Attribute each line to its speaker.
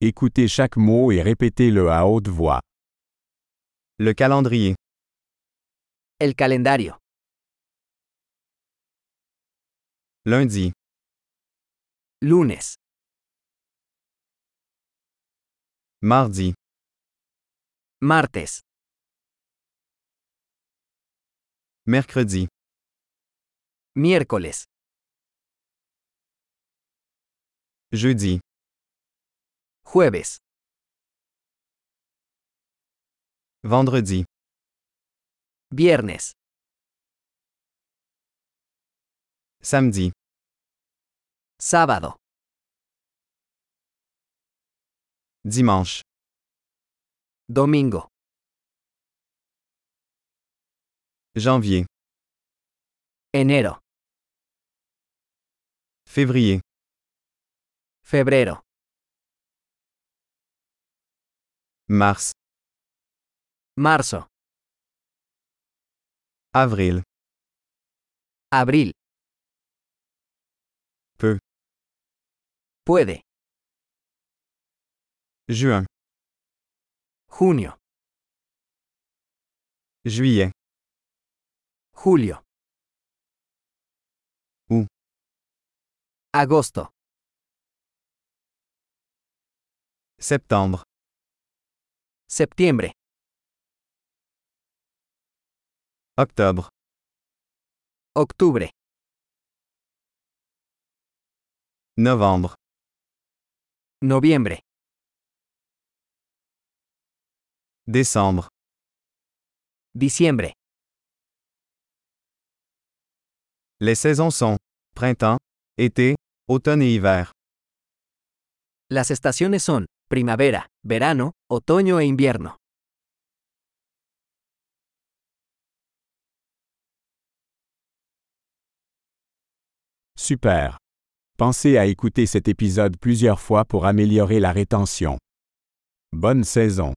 Speaker 1: Écoutez chaque mot et répétez-le à haute voix.
Speaker 2: Le calendrier.
Speaker 3: El calendario.
Speaker 2: Lundi.
Speaker 3: Lunes,
Speaker 2: Mardi.
Speaker 3: martes,
Speaker 2: Mercredi.
Speaker 3: miércoles,
Speaker 2: Jeudi.
Speaker 3: jueves,
Speaker 2: Vendredi.
Speaker 3: viernes,
Speaker 2: Samedi.
Speaker 3: sábado,
Speaker 2: Dimanche.
Speaker 3: domingo,
Speaker 2: Janvier.
Speaker 3: enero,
Speaker 2: Février.
Speaker 3: febrero,
Speaker 2: Mars.
Speaker 3: marzo,
Speaker 2: Avril.
Speaker 3: abril.
Speaker 2: Peu.
Speaker 3: Puede,
Speaker 2: Juin.
Speaker 3: junio,
Speaker 2: Juillet.
Speaker 3: julio.
Speaker 2: U.
Speaker 3: Agosto,
Speaker 2: Septembre.
Speaker 3: septiembre,
Speaker 2: Octobre.
Speaker 3: octubre,
Speaker 2: Novembre.
Speaker 3: noviembre,
Speaker 2: Décembre.
Speaker 3: diciembre.
Speaker 2: Les saisons sont printemps, été, automne et hiver.
Speaker 3: Las estaciones son primavera, verano, otoño e invierno.
Speaker 1: Super. Pensez à écouter cet épisode plusieurs fois pour améliorer la rétention. Bonne saison.